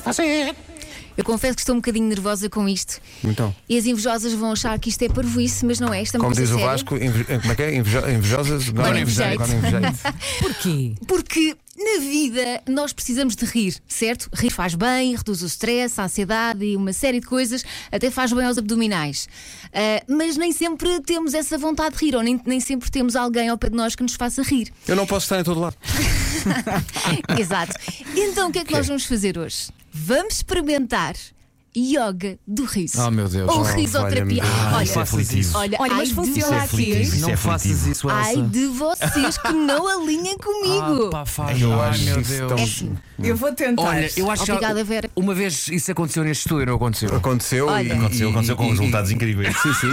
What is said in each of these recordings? fazer. Eu confesso que estou um bocadinho nervosa com isto. Então. E as invejosas vão achar que isto é parvoíce, mas não é. Estamos Como a ser diz o séria. Vasco, inve- como é que é? Invejo- Invejosas, é? Agora invejei. agora invejei. Porquê? Porque na vida nós precisamos de rir, certo? Rir faz bem, reduz o stress, a ansiedade e uma série de coisas, até faz bem aos abdominais. Ah, mas nem sempre temos essa vontade de rir, ou nem, nem sempre temos alguém ao pé de nós que nos faça rir. Eu não posso estar em todo lado. Exato. Então o que é que nós vamos fazer hoje? Vamos experimentar yoga do riso. Oh, meu Deus. Ou Oh, risoterapia. valha-me Olha, Isso é aflitivo. olha, Olha, ai mas de funciona assim. vocês- aqui. Isso Não é faças aflitivo. isso, Ai Elsa. de vocês que não alinhem comigo. É assim, Ah, pá, faz. Eu Ai, acho meu isso Deus. tão- Eu vou tentar. Olha, eu acho Obrigada, que Vera. uma vez isso aconteceu neste estúdio, não aconteceu? Aconteceu Olha. e. Aconteceu, e- aconteceu com e- resultados incríveis. Sim, sim.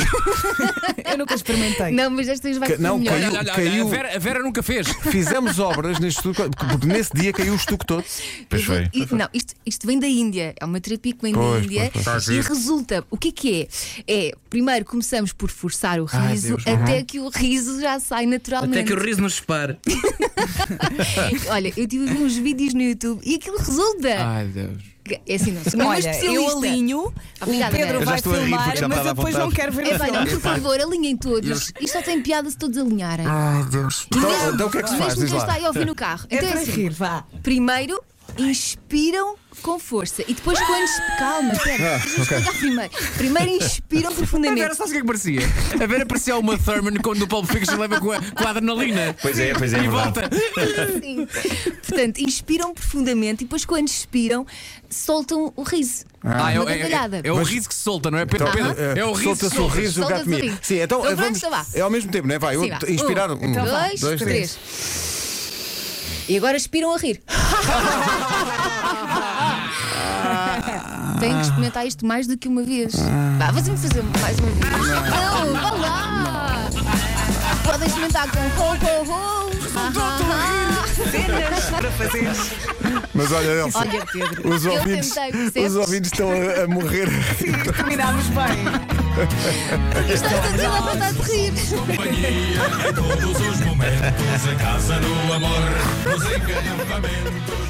Eu nunca experimentei. Não, mas desta vez vai Que- ser não, melhor. caiu- Olha, olha, olha, caiu- A, Vera, a Vera nunca fez. Fizemos obras neste estuco, porque nesse dia caiu o estuco todo. Pois foi. E- não, isto, isto vem da Índia, é uma terapia que vem da Pois, Índia pois, e resulta. O que é que é? É, primeiro começamos por forçar o Ai, riso Deus. até que o riso já sai naturalmente. Até que o riso nos separe. Olha, eu tive a ver uns vídeos no YouTube e aquilo resulta. Ai, Deus. É assim, não sou uma Olha, especialista. eu alinho, Obrigada, o Pedro Vera. Eu já vai estou a rir filmar, porque já me mas dá eu depois não vontade. quero ver É, o pá, filme. não, por favor, alinhem todos. Isto só tem piada se todos alinharem. Ai, Deus. E Então, então o que é que se faz? Mesmo Diz quem está lá. aí a ouvir no carro. É Então é para assim, rir, vá. Primeiro, inspiram com força e depois quando. exp- Calma, Ah, espera. Vou explicar primeiro. Primeiro, inspiram A Vera, profundamente. sabes o que é que parecia? A Vera parecia uma Thurman quando o Paulo Fiction leva com a, com a adrenalina. Pois é, pois é, é E verdade. volta. Sim. Portanto, inspiram profundamente e depois, quando expiram, soltam o riso. Ah, é, uma é- é- gargalhada. é o riso que se solta, não é? Pedro, Então, Pedro? eh, é o riso que Solta-se o riso, o gato Solta-se o mia. riso. Sim, então Então eh, vamos. vamos, então É ao mesmo tempo, não é? Vai, Sim, um, vá. inspirar. Um, Um, dois, três. E agora expiram a rir. Tenho que experimentar isto mais do que uma vez. Vá, Vamos fazer mais um. uma vez. Não, vá lá! Podem experimentar com coco, Para fazer. Mas olha, Elsa. Olha, Pedro, Os eu ouvintes, tentei, os percebes? ouvintes estão a, a morrer. Terminámos bem. Estás a dizer lá para estar de rir. companhia em todos os momentos. Em casa, no amor, nos encanamentos.